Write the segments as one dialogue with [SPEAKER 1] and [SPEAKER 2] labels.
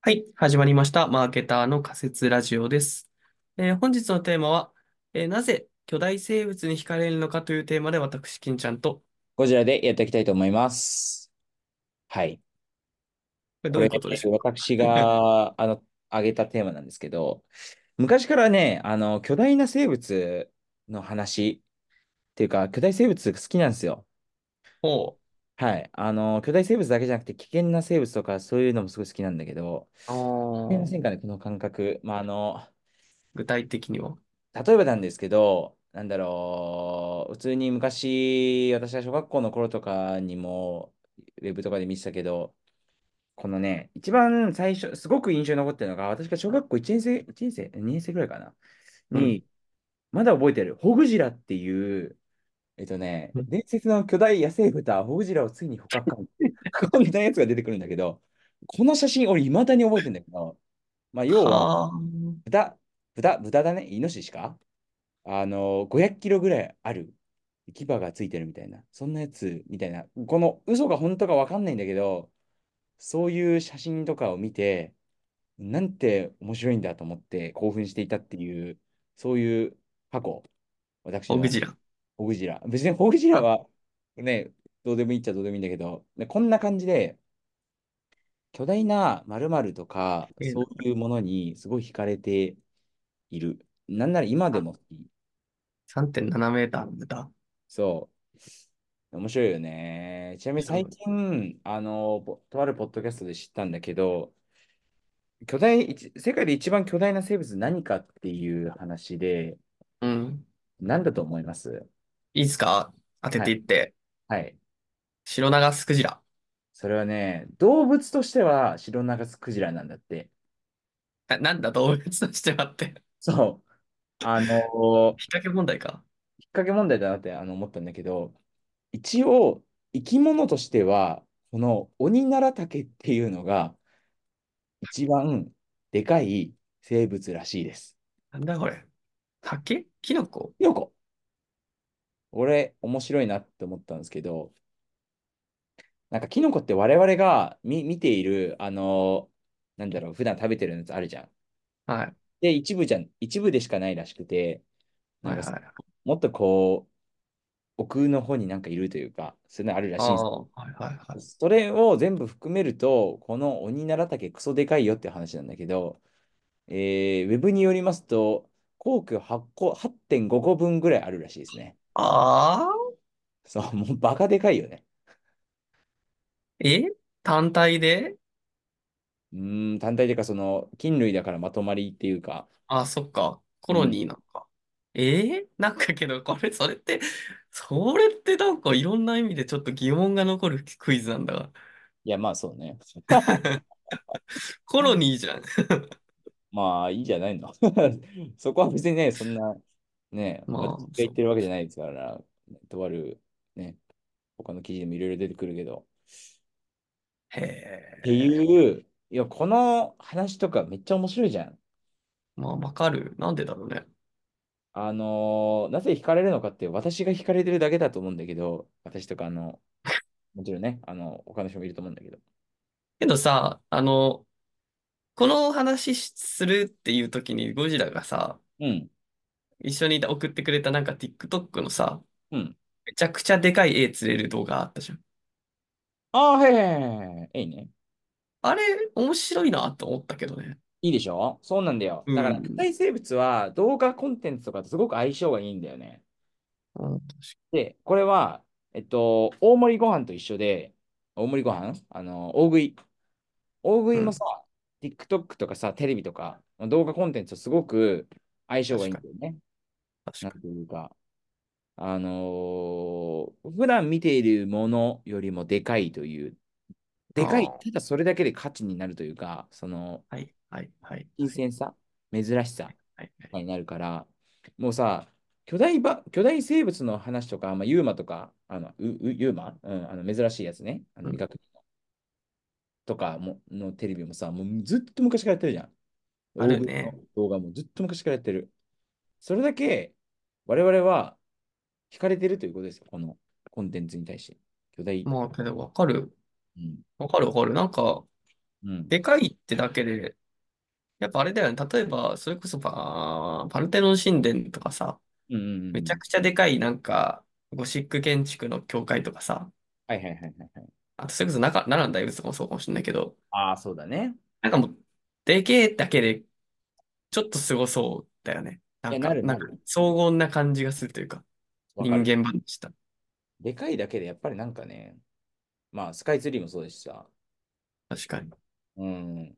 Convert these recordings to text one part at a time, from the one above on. [SPEAKER 1] はい、始まりました。マーケターの仮説ラジオです。えー本日のテーマは、えーなぜ巨大生物に惹かれるのかというテーマで、私、金ちゃんと、こ
[SPEAKER 2] こちらでやっていきたいと思います。はい。
[SPEAKER 1] れど
[SPEAKER 2] こ
[SPEAKER 1] ういう
[SPEAKER 2] れ
[SPEAKER 1] こ
[SPEAKER 2] ね、
[SPEAKER 1] とでしょうか。
[SPEAKER 2] 私が、あの、挙げたテーマなんですけど、昔からね、あの、巨大な生物の話っていうか、巨大生物が好きなんですよ。
[SPEAKER 1] ほ
[SPEAKER 2] はい。あの、巨大生物だけじゃなくて、危険な生物とか、そういうのもすごい好きなんだけど、
[SPEAKER 1] う、
[SPEAKER 2] ありま
[SPEAKER 1] あ
[SPEAKER 2] せ
[SPEAKER 1] ー
[SPEAKER 2] んかね、この感覚。まあ、あの、
[SPEAKER 1] 具体的には。
[SPEAKER 2] 例えばなんですけど、なんだろう、普通に昔、私は小学校の頃とかにも、ウェブとかで見てたけど、このね、一番最初、すごく印象に残ってるのが、私が小学校1年生、1年生、2年生ぐらいかな、
[SPEAKER 1] うん。
[SPEAKER 2] に、まだ覚えてる、ホグジラっていう、えっとね、伝説の巨大野生豚、ホグジラをついに捕獲かみ、こん なやつが出てくるんだけど、この写真、俺、未だに覚えてるんだけど、まあ、要
[SPEAKER 1] は
[SPEAKER 2] は、
[SPEAKER 1] あ。
[SPEAKER 2] 豚、豚、豚だね、イノシシかあの、500キロぐらいある、牙がついてるみたいな、そんなやつみたいな、この嘘が本当かわかんないんだけど、そういう写真とかを見て、なんて面白いんだと思って興奮していたっていう、そういう過去、私
[SPEAKER 1] オグ
[SPEAKER 2] の
[SPEAKER 1] ジラ。
[SPEAKER 2] ホグジラ。別にホグジラ
[SPEAKER 1] あ、
[SPEAKER 2] はね、どうでもいいっちゃどうでもいいんだけど、ねこんな感じで、巨大な〇〇とか、
[SPEAKER 1] えー
[SPEAKER 2] そういうものにすごい惹かれている。なんなら今で
[SPEAKER 1] あ
[SPEAKER 2] も好き。
[SPEAKER 1] 3.7メーターの豚。
[SPEAKER 2] そう。面白いよね。ちなみに
[SPEAKER 1] 白
[SPEAKER 2] 最
[SPEAKER 1] い
[SPEAKER 2] 近、あの、ぼとあるポッドキャストで知ったんだけど、巨大、一世界で一番巨大な生物何かっていう話で、
[SPEAKER 1] うん。
[SPEAKER 2] 何だと思います
[SPEAKER 1] いいですか当て
[SPEAKER 2] は
[SPEAKER 1] て
[SPEAKER 2] い。
[SPEAKER 1] いって。
[SPEAKER 2] はい。
[SPEAKER 1] シロナガスクジラ。
[SPEAKER 2] それはね、動物としてはシロナガスクジラなんだって。
[SPEAKER 1] な、なんだ、動物としてはって。
[SPEAKER 2] そう。あのー、
[SPEAKER 1] 引っ掛け問題か。
[SPEAKER 2] 引っ掛け問題だなってあの思ったんだけど、一応、生き物としては、このオニナラタケっていうのが一番でかい生物らしいです。
[SPEAKER 1] なんだこれ。竹キノコ
[SPEAKER 2] よこ、俺、面白いなって思ったんですけど、なんかキノコって我々が見、見ている、あのーなんだろう、普段食べてるやつあるじゃん。
[SPEAKER 1] はい。
[SPEAKER 2] で、一部じゃん、一部でしかないらしくて、な
[SPEAKER 1] は
[SPEAKER 2] ん
[SPEAKER 1] い
[SPEAKER 2] か
[SPEAKER 1] は
[SPEAKER 2] そ
[SPEAKER 1] い。
[SPEAKER 2] もっとこう、奥の方になんかいるというか、そういうのあるら
[SPEAKER 1] あ
[SPEAKER 2] しいんです。
[SPEAKER 1] あ、はいはいはい。
[SPEAKER 2] それを全部含めると、このオニナラタケクソでかいよって話なんだけど、えー、ウェブによりますと、皇居8個、8.5個分ぐらいあるらしいですね。
[SPEAKER 1] ああ、
[SPEAKER 2] そう、もうバカでかいよね。
[SPEAKER 1] え単体で
[SPEAKER 2] うーん、単体というか、その、菌類だからまとまりっていうか、
[SPEAKER 1] あ、そっか。コ
[SPEAKER 2] う
[SPEAKER 1] ロ
[SPEAKER 2] ん、
[SPEAKER 1] ニーなのか。えー、なんかけど、これ、それって、それってなんかいろんな意味でちょっと疑問が残るクイズなんだが。
[SPEAKER 2] いや、まあそうね。
[SPEAKER 1] コロニーじゃん。
[SPEAKER 2] まあいいじゃないの。 そこは別にね、そんな、ね、私
[SPEAKER 1] ま
[SPEAKER 2] が
[SPEAKER 1] あ、
[SPEAKER 2] 言
[SPEAKER 1] そ
[SPEAKER 2] っ
[SPEAKER 1] う。
[SPEAKER 2] てるわけじゃないですから、とある、ね、他の記事でもいろいろ出てくるけど、
[SPEAKER 1] へ
[SPEAKER 2] って
[SPEAKER 1] え。
[SPEAKER 2] いう、いや、この話とかめっちゃ面白いじゃん。
[SPEAKER 1] まあ、わかる。なんでだろうね。
[SPEAKER 2] あのーなぜ惹かれるのかって、私が惹かれてるだけだと思うんだけど、私とか、あの、もちろんね、あの、他の人もいると思うんだけど。
[SPEAKER 1] けどさ、あの、この話しするっていう時にゴジラがさ、
[SPEAKER 2] うん、
[SPEAKER 1] 一緒にいた送ってくれたなんか TikTok のさ、
[SPEAKER 2] うん。
[SPEAKER 1] めちゃくちゃでかい絵釣れる動画あったじゃん。
[SPEAKER 2] ああ、はいはいはいはいはい。いいね。
[SPEAKER 1] あれ、面白いなと思ったけどね。
[SPEAKER 2] いいでしょそうなんだよ。
[SPEAKER 1] う
[SPEAKER 2] だから、巨
[SPEAKER 1] ん。
[SPEAKER 2] 大生物は動画コンテンツとかとすごく相性がいいんだよね。
[SPEAKER 1] うん
[SPEAKER 2] で、これは、えっと、大盛りご飯と一緒で、大盛りご飯あの、大食い。大食
[SPEAKER 1] う
[SPEAKER 2] いも
[SPEAKER 1] ん、
[SPEAKER 2] さ、TikTok とかさ、テレビとか、動画コンテンツとすごく相性がい
[SPEAKER 1] 確か
[SPEAKER 2] いん
[SPEAKER 1] に、
[SPEAKER 2] だよね。
[SPEAKER 1] 確
[SPEAKER 2] なん
[SPEAKER 1] かに。
[SPEAKER 2] ていうか、あのー普段見ているものよりもでかいという、
[SPEAKER 1] あ
[SPEAKER 2] でかい、
[SPEAKER 1] あ、
[SPEAKER 2] ただそれだけで価値になるというか、その、
[SPEAKER 1] はい、はい、はい、
[SPEAKER 2] 新
[SPEAKER 1] はい、
[SPEAKER 2] 鮮さ、珍しさ
[SPEAKER 1] はい。はい
[SPEAKER 2] になるから、もうさ、巨大ば、巨大生物の話とか、まあ、ユーマとか、あの、う、う、ユーマ、うん、あの珍しいやつね、あの
[SPEAKER 1] う
[SPEAKER 2] 未
[SPEAKER 1] ん、
[SPEAKER 2] 確認とかものテレビもさ、もうずっと昔からやってるじゃん。
[SPEAKER 1] あ
[SPEAKER 2] 大
[SPEAKER 1] る
[SPEAKER 2] 食い
[SPEAKER 1] ね。
[SPEAKER 2] の動画もずっと昔からやってる。それだけ我々は惹かれてるということですよ、このコンテンツに対して。巨大。
[SPEAKER 1] まあ、けど、わかる。
[SPEAKER 2] うん。
[SPEAKER 1] わかる、わかる。なんか、
[SPEAKER 2] うん。
[SPEAKER 1] でかいってだけで、やっぱあれだよね。例えば、それこそパ、パルテノン神殿とかさ、
[SPEAKER 2] うんうんうん
[SPEAKER 1] めち
[SPEAKER 2] う
[SPEAKER 1] ゃ
[SPEAKER 2] ん。
[SPEAKER 1] くちゃでかいなんか、ゴシック建築の教会とかさ、
[SPEAKER 2] はいはいはいはいはい。
[SPEAKER 1] あとそれこそ中奈良の大仏とかもそうかもしれないけど、
[SPEAKER 2] ああ、そうだね。
[SPEAKER 1] なんかもう、でけえだけで、ちょっとすごそうだよね。ない
[SPEAKER 2] や、
[SPEAKER 1] ん
[SPEAKER 2] な
[SPEAKER 1] か、
[SPEAKER 2] る
[SPEAKER 1] な
[SPEAKER 2] なん
[SPEAKER 1] か、
[SPEAKER 2] る。
[SPEAKER 1] 荘厳な感じがするというか、
[SPEAKER 2] わ
[SPEAKER 1] 人
[SPEAKER 2] かる。
[SPEAKER 1] 間離れした。
[SPEAKER 2] でかいだけで、やっぱりなんかね、まあ、スカイツリーもそうですしさ、
[SPEAKER 1] 確かに。
[SPEAKER 2] うん。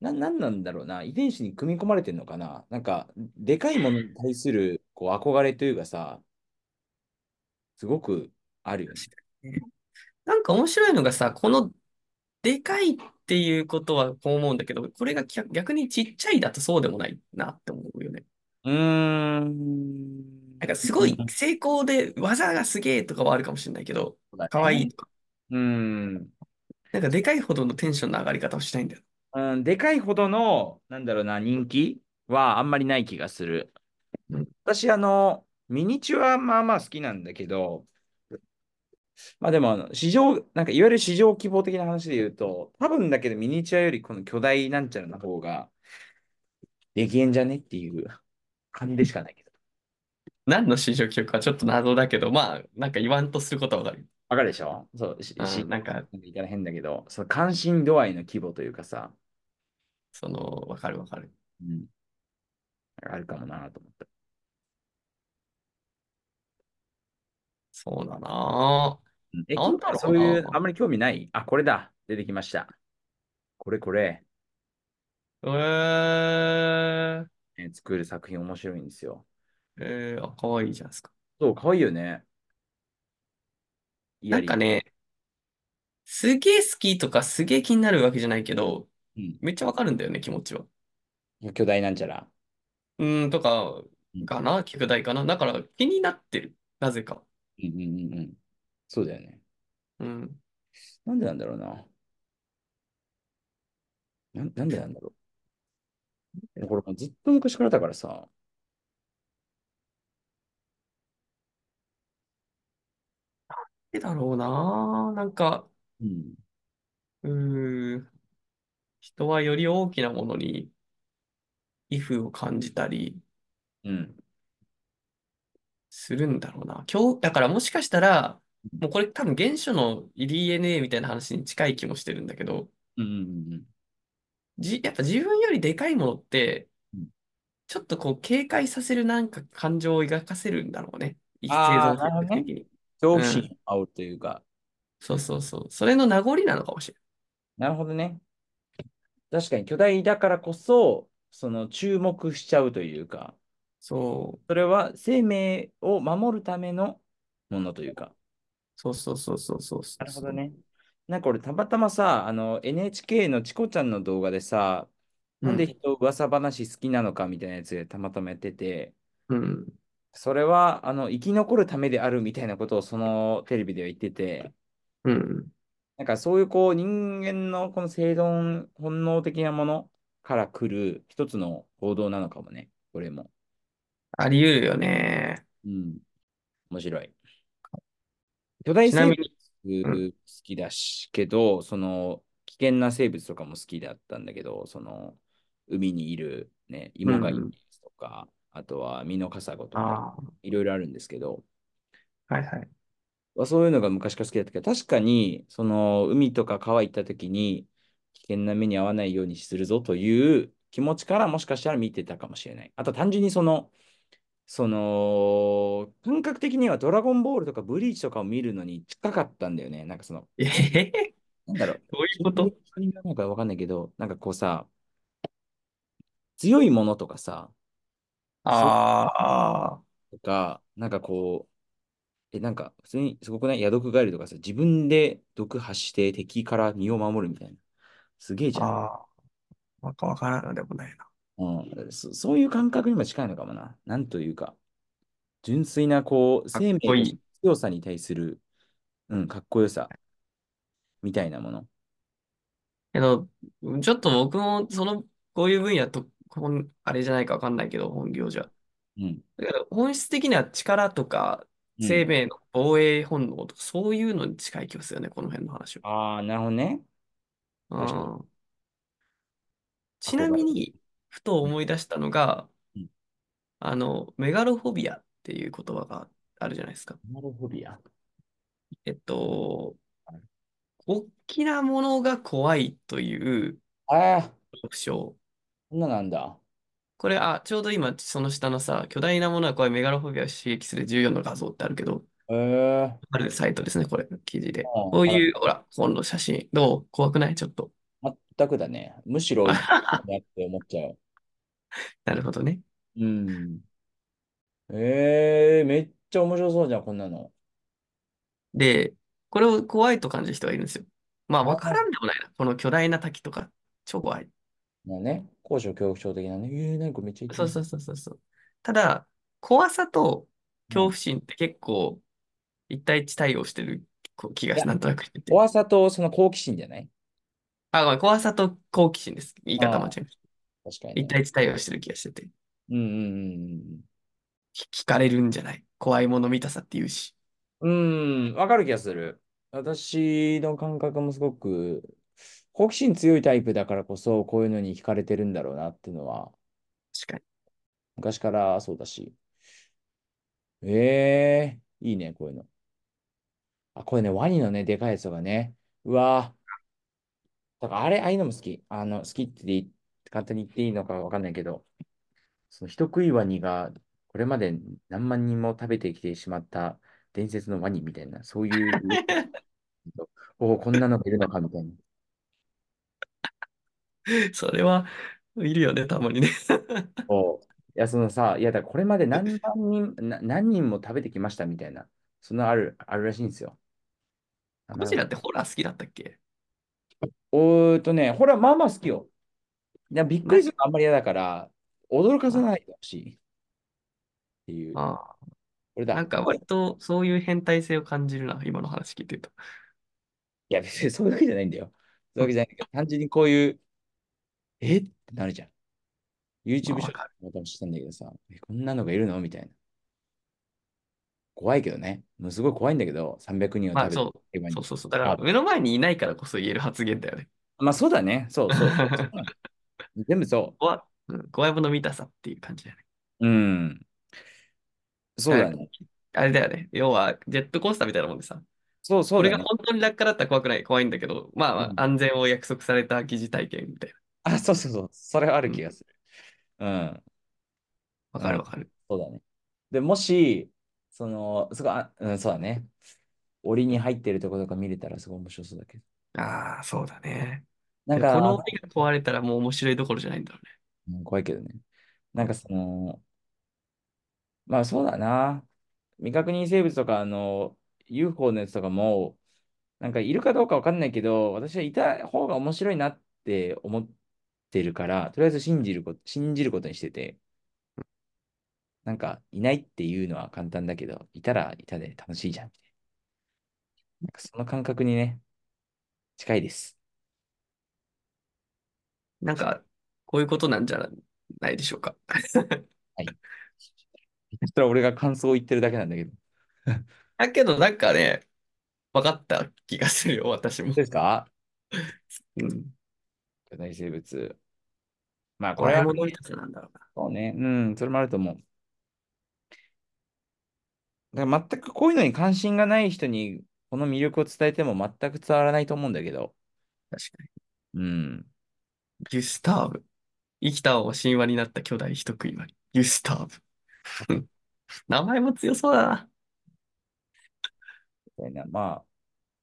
[SPEAKER 2] な、なんなんだろうな。遺伝子に組み込まれてんのかな。なんか、でかいものに対するこう憧れというかさ、すごくあるよね。
[SPEAKER 1] なんか面白いのがさ、このでかいっていうことはこう思うんだけど、これがきゃ逆にちっちゃいだとそうでもないなって思うよね。
[SPEAKER 2] うーん。
[SPEAKER 1] なんかす
[SPEAKER 2] う
[SPEAKER 1] ごい
[SPEAKER 2] ん
[SPEAKER 1] 成功で技がすげえとかはあるかもしれないけど、
[SPEAKER 2] そうだ
[SPEAKER 1] 可愛い
[SPEAKER 2] ね。
[SPEAKER 1] とか。
[SPEAKER 2] うん。
[SPEAKER 1] なんかでかいほどのテンションの上がり方をしないんだよ。
[SPEAKER 2] うん、でかいほどの、なんだろうな、人気はあんまりない気がする。
[SPEAKER 1] うん。
[SPEAKER 2] 私、あの、ミニチュアまあまあ好きなんだけど、まあでもあの、市場、なんかいわゆる市場規模的な話で言うと、多分だけどミニチュアよりこの巨大なんちゃらの方ができえんじゃねっていう感じしかないけど。
[SPEAKER 1] 何の市場記憶かちょっと謎だけど、まあ、なんか言わんとすることはわかる。
[SPEAKER 2] わかるでしょそう、し、
[SPEAKER 1] う
[SPEAKER 2] し、
[SPEAKER 1] ん、なんか、
[SPEAKER 2] なんか言い方変だけど、その関心度合いの規模というかさ、
[SPEAKER 1] その、わかるわかる。
[SPEAKER 2] うん、あるかもなと思った。
[SPEAKER 1] そうだなぁ。
[SPEAKER 2] うんえ、
[SPEAKER 1] な
[SPEAKER 2] 金
[SPEAKER 1] ん
[SPEAKER 2] 太
[SPEAKER 1] だ
[SPEAKER 2] 郎
[SPEAKER 1] ろ
[SPEAKER 2] そうう
[SPEAKER 1] な
[SPEAKER 2] いう、あんまり興味ないあ、これだ。出てきました。これこれ。
[SPEAKER 1] え
[SPEAKER 2] えー作る作品面白いんですよ。
[SPEAKER 1] ー、えー、あ、かわいいじゃないですか。
[SPEAKER 2] そう、かわいいよね。イヤ
[SPEAKER 1] なん
[SPEAKER 2] リン
[SPEAKER 1] かね、すげえ好きとかすげえ気になるわけじゃないけど、
[SPEAKER 2] グ。うん
[SPEAKER 1] めっちゃわかるんだよね、気持ちは。
[SPEAKER 2] 巨大なんちゃら。
[SPEAKER 1] うーん、とか、
[SPEAKER 2] うん
[SPEAKER 1] かな、拡大かな。だから気になってる。なぜか。
[SPEAKER 2] うんうんうんうん。そうだよね。
[SPEAKER 1] うん。
[SPEAKER 2] なんでなんだろうな。なん、なんでなんだろう。これもうずっと昔からだからさ。
[SPEAKER 1] えだろうなぁ。なんか、
[SPEAKER 2] うん。
[SPEAKER 1] うーん、人はより大きなものに畏怖を感じたり
[SPEAKER 2] うん。
[SPEAKER 1] するんだろうな。今日、だからもしかしたら、もうこれ多分原初の DNA みたいな話に近い気もしてるんだけど、
[SPEAKER 2] うんうんうん
[SPEAKER 1] じ、やっぱ自分よりでかいものって、
[SPEAKER 2] うん。
[SPEAKER 1] ちょっとこう警戒させるなんか感情を抱かせるんだろうね。い生
[SPEAKER 2] ああ、
[SPEAKER 1] 存戦
[SPEAKER 2] なる
[SPEAKER 1] 略
[SPEAKER 2] ほどね。
[SPEAKER 1] 的に。
[SPEAKER 2] 恐怖
[SPEAKER 1] う
[SPEAKER 2] 心
[SPEAKER 1] ん。
[SPEAKER 2] を煽るというか。
[SPEAKER 1] そうそうそう。それの名残なのかもしれ
[SPEAKER 2] なるほどね。確かに巨大だからこそ、その注目しちゃうというか、
[SPEAKER 1] ん。そう。
[SPEAKER 2] それは生命を守るためのものというか。
[SPEAKER 1] そうそうそうそうそうそ
[SPEAKER 2] な
[SPEAKER 1] う
[SPEAKER 2] るほ
[SPEAKER 1] そ
[SPEAKER 2] ど
[SPEAKER 1] う。
[SPEAKER 2] ね。なんか俺たまたまさ、あの NHK のチコちゃんの動画でさ、
[SPEAKER 1] う
[SPEAKER 2] なんで
[SPEAKER 1] ん。
[SPEAKER 2] 人噂話好きなのかみたいなやつでたまたまやってて、
[SPEAKER 1] うん。
[SPEAKER 2] それはあの生き残るためであるみたいなことをそのテレビでは言ってて、
[SPEAKER 1] うん。
[SPEAKER 2] なんかそういうこう人間のこの生存本能的なものから来る一つの行動なのかもね、これも。
[SPEAKER 1] あり得るよね。
[SPEAKER 2] うん。面白い。巨大
[SPEAKER 1] ちな
[SPEAKER 2] 生
[SPEAKER 1] み
[SPEAKER 2] 物
[SPEAKER 1] に、うん。
[SPEAKER 2] 好きだしけど、その危険な生物とかも好きだったんだけど、その海にいる、ね、イ
[SPEAKER 1] う
[SPEAKER 2] モがいる
[SPEAKER 1] ん。
[SPEAKER 2] やつとか、あとはミノカサゴとか、
[SPEAKER 1] ああ。
[SPEAKER 2] いろいろあるんですけど、
[SPEAKER 1] はいはい。
[SPEAKER 2] まあそういうのが昔から好きだったけど、確かにその海とか川行った時に危険な目に遭わないようにするぞという気持ちからもしかしたら見てたかもしれない。あと単純にその、その感覚的にはドラゴンボールとかブリーチとかを見るのに近かったんだよね。なんかその、
[SPEAKER 1] えへへ。
[SPEAKER 2] なんだろう、
[SPEAKER 1] どういう
[SPEAKER 2] 筋
[SPEAKER 1] こ
[SPEAKER 2] 肉
[SPEAKER 1] と
[SPEAKER 2] 筋肉なんかわかんないけど、なんかこうさ、強いものとかさ、そう
[SPEAKER 1] ああ。
[SPEAKER 2] とか、なんかこう、え、なんか普通にすごくないヤドクガエルとかさ、自分で毒発して敵から身を守るみたいな。すげえじゃん。
[SPEAKER 1] ああ。なんかわからんのでもないな。
[SPEAKER 2] うん、そ、そういう感覚にも近いのかもな。なんというか、純粋なこう、
[SPEAKER 1] かっ
[SPEAKER 2] 生命
[SPEAKER 1] ことい
[SPEAKER 2] して
[SPEAKER 1] い。
[SPEAKER 2] 強さに対する、うん、かっこよさみたいなもの。
[SPEAKER 1] けど、ちょっと僕も、その、こういう分野と、こんあれじゃないかわかんないけど、本業じゃ。
[SPEAKER 2] うん、
[SPEAKER 1] だから本質的には力とか、
[SPEAKER 2] う
[SPEAKER 1] 生
[SPEAKER 2] ん。
[SPEAKER 1] 命の防衛本能とか、そういうのに近い気がするよね、この辺の話は。
[SPEAKER 2] ああ、なるほどね。確かに。
[SPEAKER 1] うんちな
[SPEAKER 2] 憧
[SPEAKER 1] み
[SPEAKER 2] れ。
[SPEAKER 1] に、ふと
[SPEAKER 2] うん
[SPEAKER 1] 思い出したのが、
[SPEAKER 2] うん
[SPEAKER 1] あの、メガロフォビアっていう言葉があるじゃないですか。
[SPEAKER 2] なるほどや。
[SPEAKER 1] えっと、大きなものが怖いという
[SPEAKER 2] ああ、
[SPEAKER 1] 特徴。
[SPEAKER 2] そんななんだ。
[SPEAKER 1] これ、あ、ちょうど今、その下のさ、巨大なものは怖いメガロフォビアを刺激する14の画像ってあるけど、
[SPEAKER 2] ええ
[SPEAKER 1] あるサイトですね、これ、記事で。
[SPEAKER 2] うん、
[SPEAKER 1] こう
[SPEAKER 2] はい。
[SPEAKER 1] いう、ほら、今度写真、どう怖くないちょっと。
[SPEAKER 2] 全くだね。むし ろいいなって思っちゃう。
[SPEAKER 1] なるほどね。
[SPEAKER 2] うん。ええめっちゃ面白そうじゃん、こんなの。
[SPEAKER 1] で、これを怖いと感じる人がいるんですよ。まあ、
[SPEAKER 2] あ
[SPEAKER 1] わか
[SPEAKER 2] あ、
[SPEAKER 1] らんでもないな。この巨大な滝とか、超怖い。
[SPEAKER 2] まあね、高所恐怖症的なね。ええなんかめっちゃ行って
[SPEAKER 1] そう
[SPEAKER 2] みた
[SPEAKER 1] そうそうそうそう。ただ、怖さと
[SPEAKER 2] い。
[SPEAKER 1] 恐
[SPEAKER 2] うん。
[SPEAKER 1] 怖心って結構一対一対応してる気が
[SPEAKER 2] いや、
[SPEAKER 1] し、なんとなくしてて。
[SPEAKER 2] 怖さとその好奇心じゃない
[SPEAKER 1] あ、ごめん、怖さと好奇心です。言い方
[SPEAKER 2] あ
[SPEAKER 1] 間違
[SPEAKER 2] あ、
[SPEAKER 1] えました。
[SPEAKER 2] 確かに
[SPEAKER 1] 一
[SPEAKER 2] ね。
[SPEAKER 1] 対一対応してる気がしてて。
[SPEAKER 2] うんうん
[SPEAKER 1] ひ惹かれるんじゃない怖いもの見たさって言うし。
[SPEAKER 2] うんうん。うん、わかる気がする。私の感覚もすごく、好奇心強いタイプだからこそ、こういうのに惹かれてるんだろうなっていうのは、
[SPEAKER 1] 確かに。
[SPEAKER 2] 昔からそうだし。ええいいね、こういうの。あ、これね、ワニのね、でかいやつとかね。うわー、だからあれ、ああいうのも好き。あの、好きって言い簡単に言っていいのかわかんないけど、その人食いワニが、これまで何万人も食べてきてしまった伝説のワニみたいな、そういう、おお、こんなのがいるのかみたいな。
[SPEAKER 1] それは、いるよね、たまに ね。
[SPEAKER 2] おういや、そのさ、いや、だからこれまで何万人、な、何人も食べてきましたみたいな、そんなのある、あるらしいんですよ。な
[SPEAKER 1] ゴ
[SPEAKER 2] か
[SPEAKER 1] ジ
[SPEAKER 2] な
[SPEAKER 1] ラ
[SPEAKER 2] か。
[SPEAKER 1] ってホラー好きだったっけ
[SPEAKER 2] おーっとね、ほら、まあまあ好きよ。いや、びっく
[SPEAKER 1] な
[SPEAKER 2] りするのあんまり嫌だから、驚かさ
[SPEAKER 1] あ
[SPEAKER 2] ないでほしいっていう。
[SPEAKER 1] あー、
[SPEAKER 2] これ
[SPEAKER 1] なん
[SPEAKER 2] だ。
[SPEAKER 1] か
[SPEAKER 2] これ
[SPEAKER 1] 割とそういう変態性を感じるな、今の話聞いてると。
[SPEAKER 2] いや、別にそういうわけじゃないんだよ。そういうわけじゃないんだけど、単純にこういう、えってなるじゃん。
[SPEAKER 1] ま
[SPEAKER 2] YouTube
[SPEAKER 1] あ、わ
[SPEAKER 2] ショー
[SPEAKER 1] かる。
[SPEAKER 2] トもしたんだけどさ、え、こんなのがいるのみたいな。怖いけどね。もうすごい怖いんだけど、300人を
[SPEAKER 1] まあ、
[SPEAKER 2] 食べて
[SPEAKER 1] そう、
[SPEAKER 2] ればいい
[SPEAKER 1] そ
[SPEAKER 2] の
[SPEAKER 1] うそうそう。だか
[SPEAKER 2] あ
[SPEAKER 1] ら、目の前にいないからこそ言える発言だよね。
[SPEAKER 2] まあそうだね。そう そう。そうなの全部そ
[SPEAKER 1] 怖、うん怖いもの見たさっていう感じだよね。
[SPEAKER 2] う。うん。そう
[SPEAKER 1] だ
[SPEAKER 2] だ
[SPEAKER 1] から
[SPEAKER 2] ね。
[SPEAKER 1] あれだよね。要は、ジェットコースターみたいなもんでさ、
[SPEAKER 2] そうそう
[SPEAKER 1] これ
[SPEAKER 2] だ
[SPEAKER 1] が
[SPEAKER 2] ね。
[SPEAKER 1] 本当に落下だったら怖くない、怖いんだけど、まあ、
[SPEAKER 2] う
[SPEAKER 1] ま
[SPEAKER 2] ん
[SPEAKER 1] あ、安全を約束された疑似体験みたいな。
[SPEAKER 2] あ、そうそうそう。それはある
[SPEAKER 1] う
[SPEAKER 2] 気
[SPEAKER 1] ん。
[SPEAKER 2] がする。うん。
[SPEAKER 1] わ
[SPEAKER 2] う
[SPEAKER 1] かる
[SPEAKER 2] ん。
[SPEAKER 1] わかる。
[SPEAKER 2] そうだね。で、もし、その、すごい、あ、うん、そうだね。檻に入ってるところとか見れたらすごい面白そうだけど。
[SPEAKER 1] ああ、そうだね。
[SPEAKER 2] なん
[SPEAKER 1] けど、この
[SPEAKER 2] か、
[SPEAKER 1] 檻が壊れたらもう面白いどころじゃないんだろうね。
[SPEAKER 2] うん怖いけどね。
[SPEAKER 1] う
[SPEAKER 2] なんか
[SPEAKER 1] ん
[SPEAKER 2] その、まあそうだな。未確認生物とか、あの、UFO のやつとかも、なんかいるかどうかわかんないけど、私はいた方が面白いなって思ってるから、とりあえず信じること、信じることにしてて、なんかいないっていうのは簡単だけど、いたらいたで楽しいじゃん。なんかその感覚にね、近いです。
[SPEAKER 1] なんか、こういうことなんじゃないでしょうか。
[SPEAKER 2] はい。そしたら俺が感想を言ってるだけなんだけど。本
[SPEAKER 1] だけど、なんかね、わかった気がするよ、私も。
[SPEAKER 2] 当ですか
[SPEAKER 1] うん。
[SPEAKER 2] 巨大生物。まあこれ
[SPEAKER 1] 怖い
[SPEAKER 2] は、
[SPEAKER 1] もの見たさなんだろうな。
[SPEAKER 2] そうね。うん、それもあると思う。だから全くこういうのに関心がない人にこの魅力を伝えても全く伝わらないと思うんだけど。
[SPEAKER 1] 確かに。
[SPEAKER 2] うん。
[SPEAKER 1] ギュスターブ。生きた王は神話になった巨大人食いワニ。ギュスターブ。 うん名前も強そうだな。
[SPEAKER 2] みたいな。ま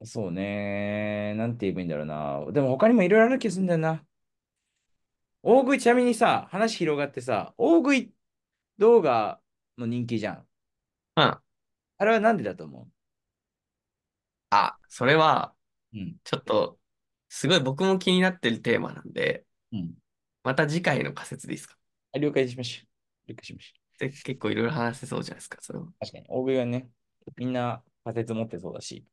[SPEAKER 2] あ、そうね。なんて言えばいいんだろうな。でも他にもいろいろある気がするんだよな。大食い、ちなみにさ、話広がってさ、大食い動画の人気じゃん。
[SPEAKER 1] うん。
[SPEAKER 2] あれはなんでだと思
[SPEAKER 1] あ、それは、
[SPEAKER 2] ううん。
[SPEAKER 1] ちょっと、すごい僕も気になってるテーマなんで、
[SPEAKER 2] うん。
[SPEAKER 1] また次回の仮説でいいですか
[SPEAKER 2] あ了解しました。了解しました。
[SPEAKER 1] で結構いろいろ話せそうじゃないですか、それは。
[SPEAKER 2] 確かに、大食いはね、みんな仮説持ってそうだし。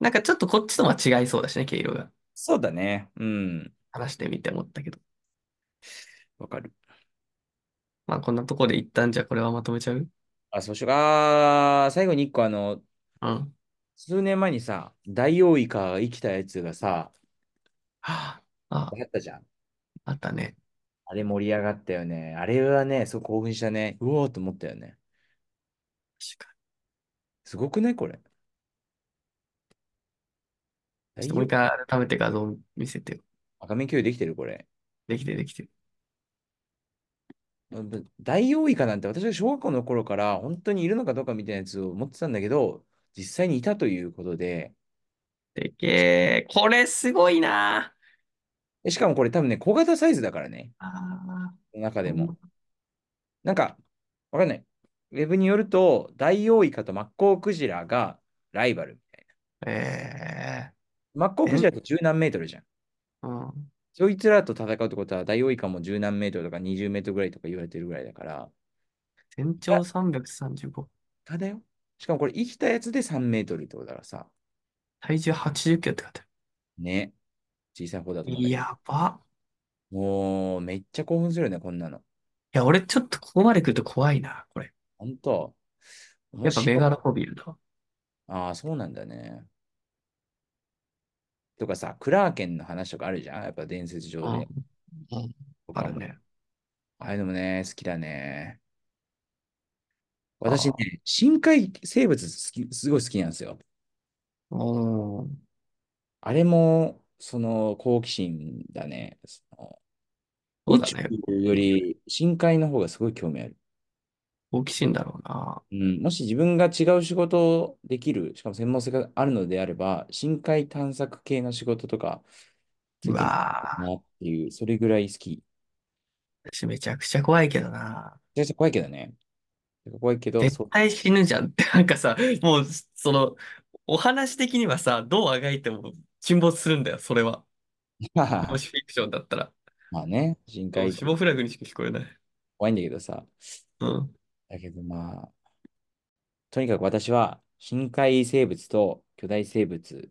[SPEAKER 1] なんかちょっとこっちとは違いそうだしね、毛色が。
[SPEAKER 2] そうだね。うん。
[SPEAKER 1] 話してみて思ったけど。
[SPEAKER 2] わかる。
[SPEAKER 1] まあこんなとこで一旦じゃあこれはまとめちゃう
[SPEAKER 2] あ、そうしようか。あー最後に一個、あの、
[SPEAKER 1] うん。
[SPEAKER 2] 数年前にさ、ダイオウイカが生きたやつがさ、
[SPEAKER 1] あ、あ
[SPEAKER 2] 流行ったじゃん。
[SPEAKER 1] あったね。
[SPEAKER 2] あれ盛り上がったよね。あれはね、そう興奮したね。うおーと思ったよね。
[SPEAKER 1] 確かに。
[SPEAKER 2] すごくね、これ。
[SPEAKER 1] ちょっ
[SPEAKER 2] 大
[SPEAKER 1] ともう
[SPEAKER 2] 丈
[SPEAKER 1] 一
[SPEAKER 2] 夫
[SPEAKER 1] 回改めて画像見せてよ。
[SPEAKER 2] 赤目共有できてる、これ。
[SPEAKER 1] できてるできてる。
[SPEAKER 2] うんダイオウイカなんて私が小学校の頃から本当にいるのかどうかみたいなやつを持ってたんだけど、実際にいたということで、
[SPEAKER 1] でけー。これすごいな
[SPEAKER 2] えしかもこれ多分ね、小型サイズだからね、
[SPEAKER 1] ー。あ
[SPEAKER 2] この中
[SPEAKER 1] ー
[SPEAKER 2] で
[SPEAKER 1] ほんま
[SPEAKER 2] も。なんか、わかんない。ウェブによると、ダイオウイカとマッコウクジラがライバルみたいな。
[SPEAKER 1] え
[SPEAKER 2] マッコウ
[SPEAKER 1] ー。
[SPEAKER 2] クジ
[SPEAKER 1] え、
[SPEAKER 2] ラって十何メートルじゃん。
[SPEAKER 1] うん。
[SPEAKER 2] そいつらと戦うってことは、ダイオウイカも十何メートルとか20メートルぐらいとか言われてるぐらいだから、
[SPEAKER 1] 全
[SPEAKER 2] あ
[SPEAKER 1] 長335。
[SPEAKER 2] ただよ。しかもこれ生きたやつで3メートルってことだからさ、
[SPEAKER 1] 体重80キロって書いてあ
[SPEAKER 2] ね、小さい方だと
[SPEAKER 1] る。
[SPEAKER 2] 思うんだけど。
[SPEAKER 1] やば。
[SPEAKER 2] もう、めっちゃ興奮するよね、こんなの。
[SPEAKER 1] いや、俺ちょっとここまで来ると怖いな、これ。
[SPEAKER 2] ほんと。面
[SPEAKER 1] やっぱメ
[SPEAKER 2] 白い。
[SPEAKER 1] ガロフォビアだわ。
[SPEAKER 2] ああ、そうなんだね。とかさ、クラーケンの話とかあるじゃんやっぱ伝説上
[SPEAKER 1] うん。
[SPEAKER 2] で。
[SPEAKER 1] うん
[SPEAKER 2] と
[SPEAKER 1] あ
[SPEAKER 2] か
[SPEAKER 1] る
[SPEAKER 2] も。
[SPEAKER 1] ね。
[SPEAKER 2] ああいうのもね、好きだね。私
[SPEAKER 1] あ
[SPEAKER 2] ね、深海生物好き、すごい好きなんですよ。
[SPEAKER 1] あ。おー。
[SPEAKER 2] あれも、その、好奇心だね。その
[SPEAKER 1] そう
[SPEAKER 2] 宇
[SPEAKER 1] だ
[SPEAKER 2] 宙
[SPEAKER 1] ね。
[SPEAKER 2] より深海の方がすごい興味ある。
[SPEAKER 1] 好奇心だろうな。
[SPEAKER 2] うん、もし自分が違う仕事をできる、しかも専門性があるのであれば、深海探索系の仕事とか
[SPEAKER 1] う
[SPEAKER 2] ついてみたい
[SPEAKER 1] わ
[SPEAKER 2] なっていう、それぐらい好き。
[SPEAKER 1] ー。私めちゃくちゃ怖いけどな。
[SPEAKER 2] めちゃくちゃ怖いけどね。怖いけど、
[SPEAKER 1] 絶
[SPEAKER 2] そう。
[SPEAKER 1] 対死ぬじゃんって、なんかさ、もう、その、お話的にはさ、どうあがいても沈没するんだよ、それは。もしフィクションだったら。
[SPEAKER 2] まあね、深
[SPEAKER 1] そう、
[SPEAKER 2] 海
[SPEAKER 1] 死亡フラグにしか聞こえない。
[SPEAKER 2] 怖いんだけどさ。
[SPEAKER 1] うん。
[SPEAKER 2] だけどまあ、とにかく私は深海生物と巨大生物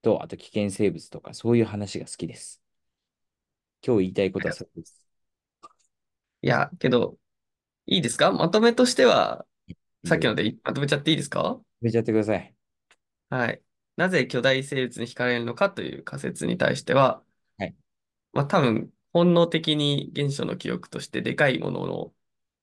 [SPEAKER 2] と、あと危険生物とか、そういう話が好きです。今日言いたいことはそれです。
[SPEAKER 1] いや、けど、いいですかまとめとしては、
[SPEAKER 2] いい
[SPEAKER 1] さっき
[SPEAKER 2] よ。
[SPEAKER 1] のでまとめちゃっていいですか
[SPEAKER 2] やめちゃってください。
[SPEAKER 1] はい。なぜ巨大生物に惹かれるのかという仮説に対しては、
[SPEAKER 2] はい。
[SPEAKER 1] まあ多分、本能的に現象の記憶としてでかいものの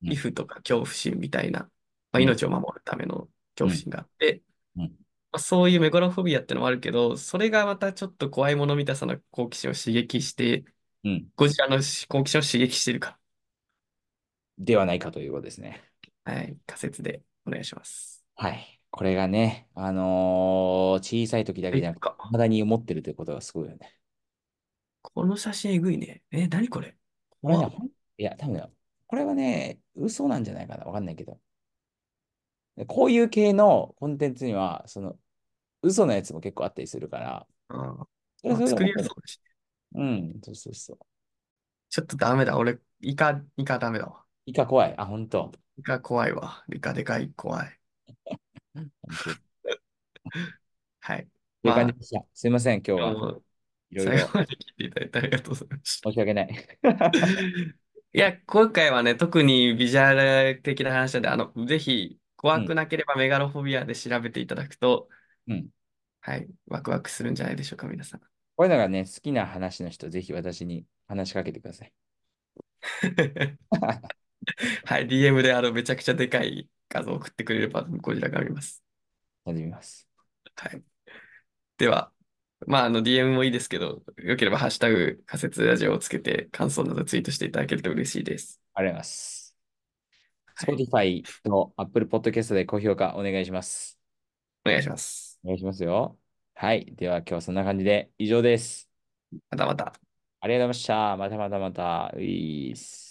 [SPEAKER 2] う
[SPEAKER 1] 畏
[SPEAKER 2] ん、
[SPEAKER 1] 怖とか恐怖心みたいな、まあ、
[SPEAKER 2] うん、
[SPEAKER 1] 命を守るための恐
[SPEAKER 2] う
[SPEAKER 1] 怖
[SPEAKER 2] ん、
[SPEAKER 1] 心があって、
[SPEAKER 2] うん。
[SPEAKER 1] まあ、そういうメガロフォビアってのもあるけど、それがまたちょっと怖いもの見たさの好奇心を刺激して、
[SPEAKER 2] うん
[SPEAKER 1] ゴジラの好奇心を刺激してるか
[SPEAKER 2] ではないかということですね。
[SPEAKER 1] ら、はい、仮説でお願いします。
[SPEAKER 2] はい。これがね、あのー小さい時だけ
[SPEAKER 1] え
[SPEAKER 2] じ
[SPEAKER 1] っ
[SPEAKER 2] ゃなくて、
[SPEAKER 1] か。
[SPEAKER 2] 体に思ってるということがすごいよね。
[SPEAKER 1] この写真えぐいね。え、なにこれ
[SPEAKER 2] これね、
[SPEAKER 1] 怖っ。
[SPEAKER 2] ほんいや、多分ねこれはね、嘘なんじゃないかな。わかんないけど。でこういう系のコンテンツには、その、嘘のやつも結構あったりするから、
[SPEAKER 1] うん。
[SPEAKER 2] それは
[SPEAKER 1] まあ、
[SPEAKER 2] それで
[SPEAKER 1] 作
[SPEAKER 2] 面
[SPEAKER 1] りやす
[SPEAKER 2] 白いね。
[SPEAKER 1] そうだし。
[SPEAKER 2] うん、そうそうそう。
[SPEAKER 1] ちょっとダメだ。俺、イカ、イカダメだわ。
[SPEAKER 2] イカ怖い。あ、本当。
[SPEAKER 1] イカ怖いわ。イカでかい、怖い。
[SPEAKER 2] 本当。と
[SPEAKER 1] はい。
[SPEAKER 2] いう
[SPEAKER 1] ま
[SPEAKER 2] 感じ
[SPEAKER 1] あ、
[SPEAKER 2] でした。すいません、今日
[SPEAKER 1] 今日
[SPEAKER 2] は
[SPEAKER 1] も
[SPEAKER 2] いろい
[SPEAKER 1] 最後
[SPEAKER 2] ろ
[SPEAKER 1] まで聞いていただいてありがとうございました。
[SPEAKER 2] 申し訳ない。
[SPEAKER 1] いや、今回はね、特にビジュアル的な話なんで、あの、ぜひ、
[SPEAKER 2] う
[SPEAKER 1] 怖
[SPEAKER 2] ん、
[SPEAKER 1] くなければメガロフォビアで調べていただくと、
[SPEAKER 2] うん。
[SPEAKER 1] はい、ワクワクするんじゃないでしょうか、皆さん。
[SPEAKER 2] こういうのがね、好きな話の人、ぜひ私に話しかけてください。
[SPEAKER 1] はい、DM であの、めちゃくちゃでかい画像を送ってくれれば、こちらが見ます。
[SPEAKER 2] 始めます。
[SPEAKER 1] はい。では、まあ、あの、DM もいいですけど、よければ、ハッシュタグ仮説ラジオをつけて、感想などツイートしていただけると嬉しいです。
[SPEAKER 2] ありがとうございます。
[SPEAKER 1] はい、
[SPEAKER 2] Spotify と Apple Podcast で高評価お願いします。
[SPEAKER 1] お願いします。
[SPEAKER 2] お願いしますよ。はい。では今日はそんな感じで以上です。
[SPEAKER 1] またまた。
[SPEAKER 2] ありがとうございました。またまたまた。ういーす。